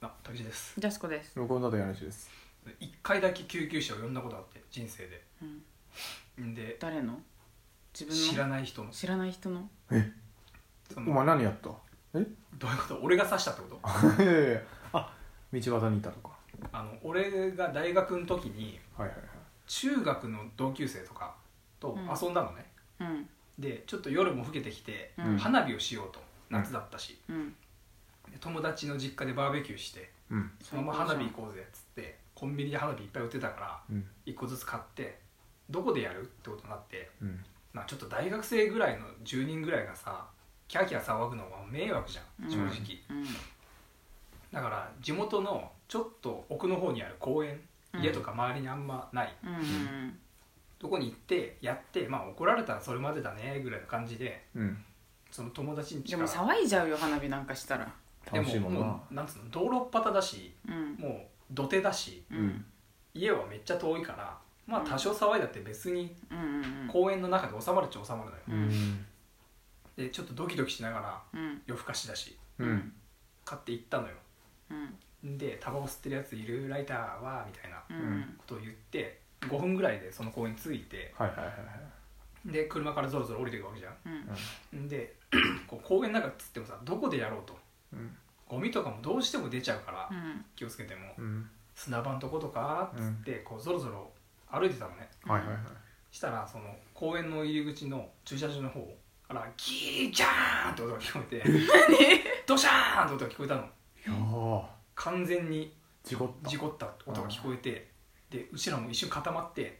拓司ですジャスコです、録音だとやらしいです一回だけ救急車を呼んだことあって人生でうん、んで誰の自分の知らない人の知らない人のえそおの前何やったえどういうこと俺が刺したってこといやいやいやあ道端にいたとかあの俺が大学の時にはいはいはい中学の同級生とかと遊んだのね、うんでちょっと夜も更けてきて、うん花火をしようと夏だったし、うんで友達の実家でバーベキューしてうんそのまま花火行こうぜっつってコンビニで花火いっぱい売ってたからうん1個ずつ買ってどこでやるってことになってうんまあちょっと大学生ぐらいの10人ぐらいがさキャーキャー騒ぐのは迷惑じゃん正直、うんうんだから地元のちょっと奥の方にある公園うん家とか周りにあんまない、うんうんとこに行ってやってまあ怒られたらそれまでだねぐらいの感じでうんその友達にでも騒いじゃうよ花火なんかしたら楽しいもんでもなもうなんつうの道路っ端だしうんもう土手だしううんん家はめっちゃ遠いからまあ多少騒いだって別にうんうん公園の中で収まるっちゃ収まるのよううんんでちょっとドキドキしながらうん夜更かしだしううんん買って行ったのようんでタバコ吸ってるやついるライターはみたいなうこんとを言って5分ぐらいでその公園に着いてはいはいはいはいで車からぞろぞろ降りていくわけじゃうんんでこう公園の中っつってもさどこでやろうとうんゴミとかもどうしても出ちゃうからうん気をつけてもうん砂場のとことかっつってこうぞろぞろ歩いてたのねはいはいはいしたらその公園の入り口の駐車場の方からギージャーンって音が聞こえてドシャーンって音が聞こえたのいやー完全に事故った事故った音が聞こえてでうちらも一瞬固まって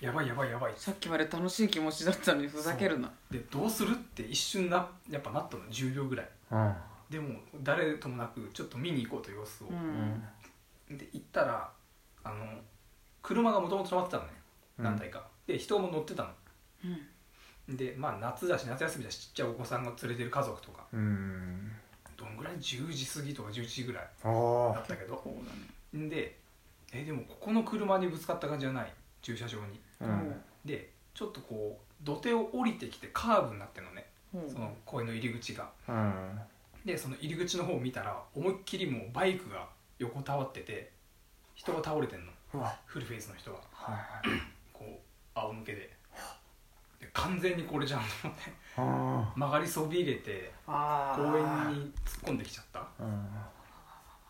やばいやばいやばいさっきまで楽しい気持ちだったのにふざけるなでどうするって一瞬なやっぱなったの10秒ぐらいうんでも誰ともなくちょっと見に行こうと様子をう、うんんで行ったらあの車がもともと止まってたのねうん何台か、で人も乗ってたうんのでまあ夏だし夏休みだしちっちゃいお子さんが連れてる家族とかうんどんぐらい10時過ぎとか11時ぐらいあだっあたけどこうだねでえでもここの車にぶつかった感じじゃない駐車場にうんでちょっとこう土手を降りてきてカーブになってんのねほうその公園の入り口がうんでその入り口の方を見たら思いっきりもうバイクが横たわってて人が倒れてんのうわフルフェイスの人がはいはいこう仰向けでで完全にこれじゃんと思ってあ曲がりそびれてあ公園に突っ込んできちゃったう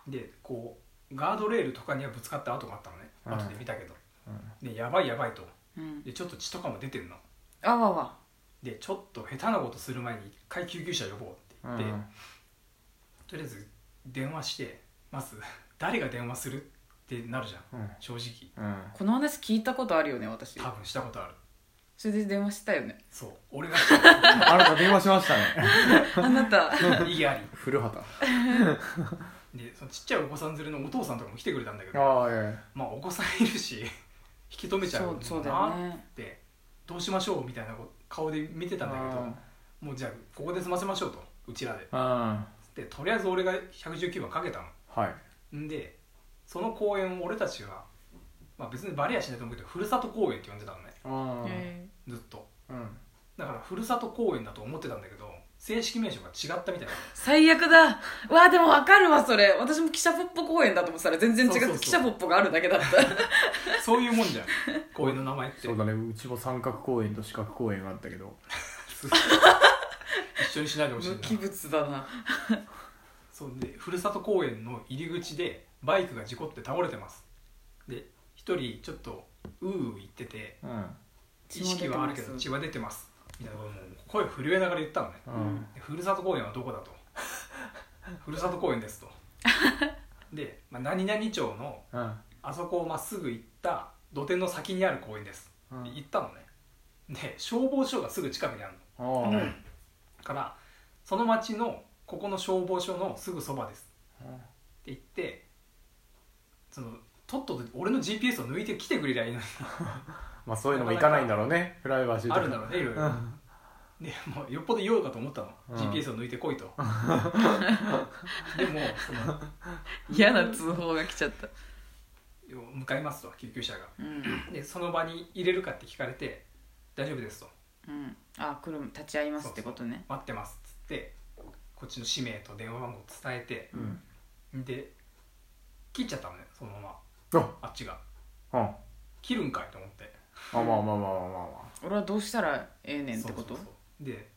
んでこうガードレールとかにはぶつかった跡があったのねうん後で見たけどうんでやばいやばいとうんでちょっと血とかも出てんのあわわでちょっと下手なことする前に一回救急車呼ぼうってう言って、んとりあえず電話してまず 誰が電話するってなるじゃんうん正直うんこの話聞いたことあるよね私多分したことあるそれで電話したよねそう俺 がしたあなた電話しましたねあなた意義あり古畑でそのちっちゃいお子さん連れのお父さんとかも来てくれたんだけどああいやいやまあお子さんいるし 引き止めちゃうそもんうなそうだよねってどうしましょうみたいなこ顔で見てたんだけどもうじゃあここで済ませましょうとうちらでうんでとりあえず俺が119番かけたはいのんでその公園を俺たちは、まあ、別にバレやしないと思うけどふるさと公園って呼んでたのねうんへずっとうんだからふるさと公園だと思ってたんだけど正式名称が違ったみたいな最悪だわあでもわかるわそれ私も汽車ポッポ公園だと思ってたら全然違ってそうそうそう汽車ポッポがあるだけだったそういうもん じゃん公園の名前ってそうだねうちも三角公園と四角公園があったけど 一緒にしないでほしい無機な物だなそうでふるさと公園の入り口でバイクが事故って倒れてますで一人ちょっとうーうー言っててうん血意も出識てますはあるけど血は出てますみたいなことをもう声震えながら言ったのねうんでふるさと公園はどこだ とふるさと公園ですとで、まあ、何々町のうんあそこをまっすぐ行った土手の先にある公園です、うん行ったのねで消防署がすぐ近くにあるあうーんのからその町のここの消防署のすぐそばですって言ってそのとっとと俺の GPS を抜いて来てくれりゃいいのにまあそういうのもいかないんだろうねプライバシーとあかるんだろうねいろいろ、うんでもうよっぽど言おうかと思ったの、うん GPS を抜いてこい とでもその嫌な通報が来ちゃった向かいますと救急車がうんでその場に入れるかって聞かれて大丈夫ですとうんあ来る立ち会いますってことね待ってますっつってこっちの氏名と電話番号伝えてうんで切っちゃったのねそのままああっちがうんあ切るんかいと思ってまあまあまあまあま俺はどうしたらええねんってことそうそうそうで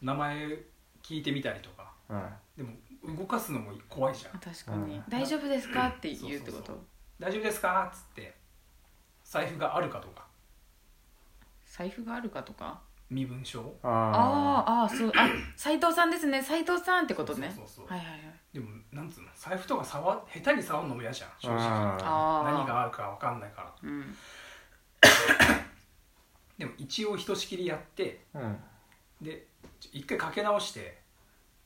名前聞いてみたりとかあまあでも動かすのも怖いじゃん確かに、うん大丈夫ですかって言うってそうこそうとそ「大丈夫ですか?」っつって財布があるかとか財布があるかとか身分証うんあああああそうあ斎藤さんですね斎藤さんってことねそうそうそうはいはいはいでもなんつうの財布とか触下手に触るのも嫌じゃん正直あああ何があるか分かんないからうんでも一応ひとしきりやってうんでちょ一回かけ直して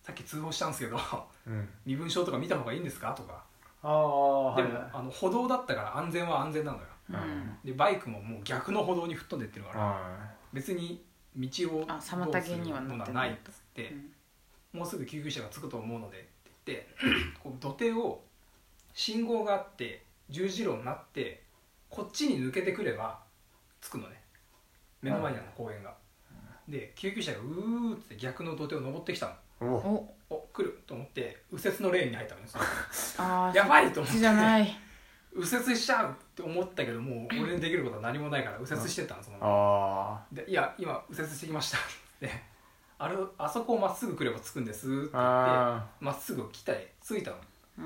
さっき通報したんですけど うん身分証とか見た方がいいんですかとかああはでいも、あの歩道だったから安全は安全なのよううんんでバイクももう逆の歩道に吹っ飛んでってるからは別に道をあ妨げにはなってどうするものはなないいっとつって、もうすぐ救急車が着くと思うのでって 言ってこう土手を信号があって十字路になってこっちに抜けてくれば着くのね目の前にあるの公園がで救急車がうーっつって逆の土手を登ってきたのいおうんおお来ると思って右折のレーンに入ったのよそれああやばいとそっ思っちてじゃない右折しちゃうって思ったけど もう俺にできることは何もないから右折してたのそのままあでいや今右折してきました」ってあれあそこをまっすぐ来れば着くんです」って言ってあまっすぐ来たり着いたのう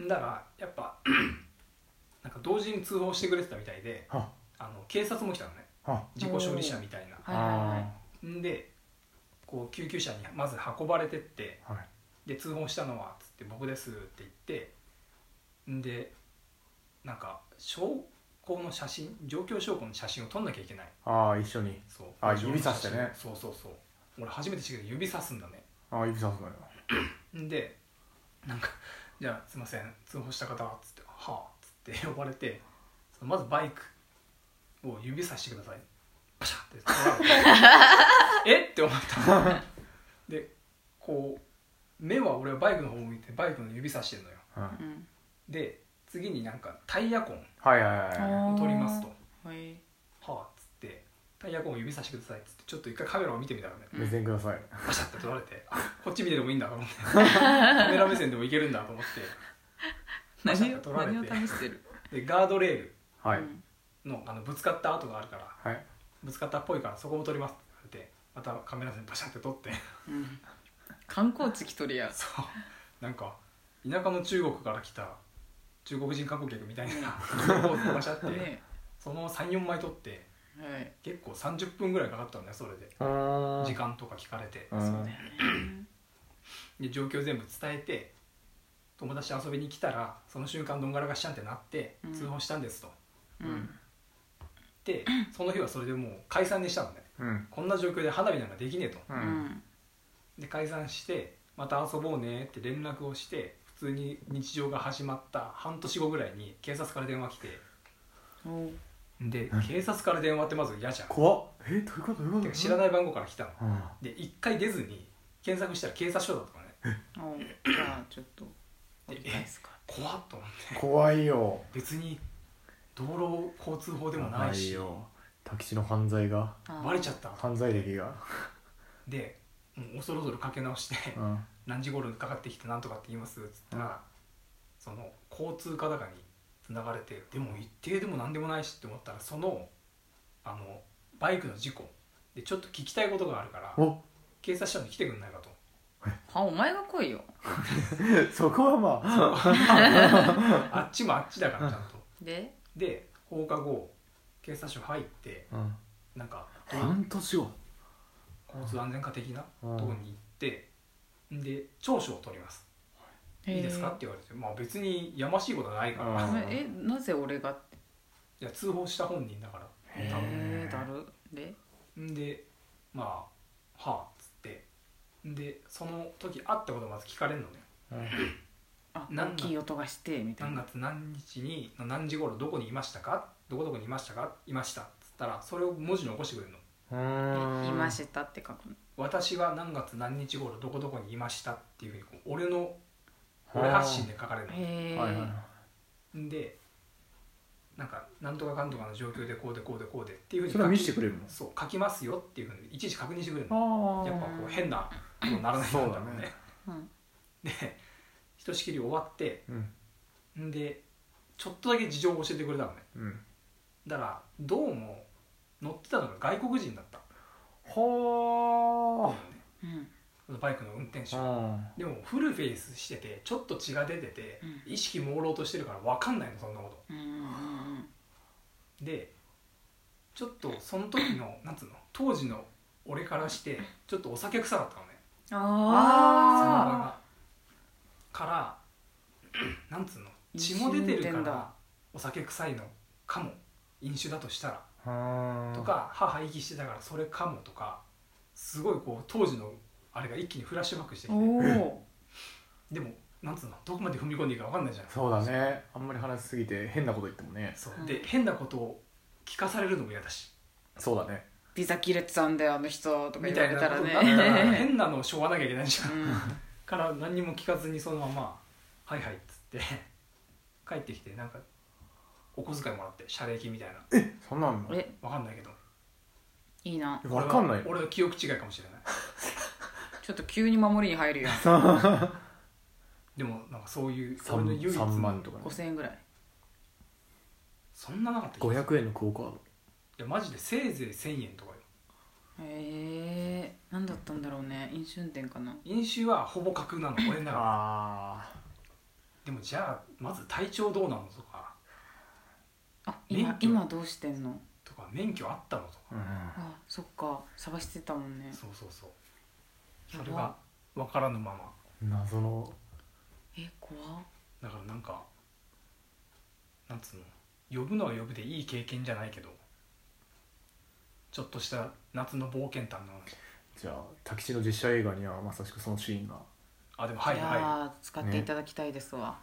んだからやっぱ なんか同時に通報してくれてたみたいであはあの警察も来たのねは事故処理車みたいなはいはいはいんでこう救急車にまず運ばれてってあーはいで通報したのはつって僕ですって言ってんでなんか証拠の写真状況証拠の写真を撮んなきゃいけないああ一緒にそうあ指さしてねそうそうそう俺初めて知るけど指さすんだねああ指さすのよんでなんか「じゃあすいません通報した方は」っつって「はあ」っつって呼ばれてそのまずバイクを指さしてくださいパシャって取られてえって思ったでこう目は俺はバイクの方を向いてバイクの指さしてるのようんうんで次になんかタイヤ痕はいはいはいはいあをー取りますとはい「はあ」っつってタイヤ痕を指さしてくださいっつってちょっと一回カメラを見てみたらね目線くださいバシャって撮られてあこっち見てでもいいんだと 思ってカメラ目線でもいけるんだと思ってパシャ何ッをと取られ何てを試してるでガードレールはいうんのあのぶつかった跡があるからはいぶつかったっぽいからそこも撮りますって言われてまたカメラ線バシャって撮って うん観光地来とりやそうなんか田舎の中国から来た中国人観光客みたい なねポーズバシャって、ねその34枚撮ってはい結構30分ぐらいかかったんだよそれでうーん時間とか聞かれてうんそうだよねで状況全部伝えて友達と遊びに来たらその瞬間どんがらがしちゃんってなってうん通報したんですと、うんでその日はそれでもう解散にしたのねうんこんな状況で花火なんかできねえとううんんで解散してまた遊ぼうねって連絡をして普通に日常が始まった半年後ぐらいに警察から電話来ておうでうん警察から電話ってまず嫌じゃん怖っえどういうことどういてうこかと知らいない番号から来たのうんで一回出ずに検索したら警察署だったのねおうじゃあちょっと折り返すか怖っと思って怖いよ別に道路交通法でもないし滝地の犯罪がバレちゃっった犯罪歴がでもう恐る恐るかけ直してうん何時頃にかかってきて何とかって言いますっつったうんらその交通課高につながれてでも一定でも何でもないしって思ったらそのあのバイクの事故でちょっと聞きたいことがあるからお警察署に来てくんないかとたあお前が来いよ そこはまああっちもあっちだからちゃんとでで放課後警察署入ってうんなんか半年後交通安全課的なとうんこに行ってで調書を取りますいいですかって言われてまあ別にやましいことはないからうんお前えなぜ俺がっていや通報した本人だからへー多分えーだるでんでまあはあっつってんでその時あったことをまず聞かれるのねあなん大きい音がしてみたい何な月何日にの何時頃どこにいましたかどこどこにいましたかいましたっつったらそれを文字に起こしてくれるのうんいましたって書くの私は何月何日頃どこどこにいましたっていうふうにこう俺の俺発信で書かれるへはいはいえのんでなんかなんとかかんとかの状況でこうでこうでこうでっていうふうにそれは見せて書きくれるのそう書きますよっていうふうにいちいち確認してくれるのあやっぱこう変なことにならないんだろう そうだねねうんでひとしきり終わってうんんでちょっとだけ事情を教えてくれたのねうんだからどうも乗ってたのが外国人だったほーうんバイクの運転手あでもフルフェイスしててちょっと血が出ててうん意識朦朧としてるから分かんないのそんなこうんうんとでちょっとその時のなんつうの当時の俺からしてちょっとお酒臭かったのねその場ああがから なんつうの血も出てるか飲んでらんだお酒臭いのかも飲酒だとしたらーはーとか母息してたからそれかもとかすごいこう当時のあれが一気にフラッシュバックしてきてお おでもなんつうのどこまで踏み込んでいいか分かんないじゃんそうだねあんまり話しすぎて変なこと言ってもねそううんで変なことを聞かされるのも嫌だしそうだねビザ切れてたんだよあの人とかみ言わたいなれたこらとになった らね変なのをしょうがなきゃいけないじゃんうんから何にも聞かずにそのまま「はいはい」っつって帰ってきてなんかお小遣いもらって謝礼金みたいなそんな んえわかんないけどいいなわかんな俺いは俺の記憶違いかもしれないちょっと急に守りに入るよでもなんかそういう俺の唯一 3, 三万とかね5000円ぐらいそんななかった気がする500円のクオカードいやマジでせいぜい1000円とかよへえ何だったんだろうね飲酒運転かな飲酒はほぼ格 なの俺の中であでもじゃあまず体調どうなのとかあ今免許今どうしてんのとか免許あったのとかあうんあそっか探してたもんねそうそうそうそやばれが分からぬまま謎のえ怖っだからなんかなんつうの呼ぶのは呼ぶでいい経験じゃないけどちょっとした夏の冒険探の話じゃあ滝地の実写映画にはまさしくそのシーンがあでも入いるや入るー使っていただきたいですわ、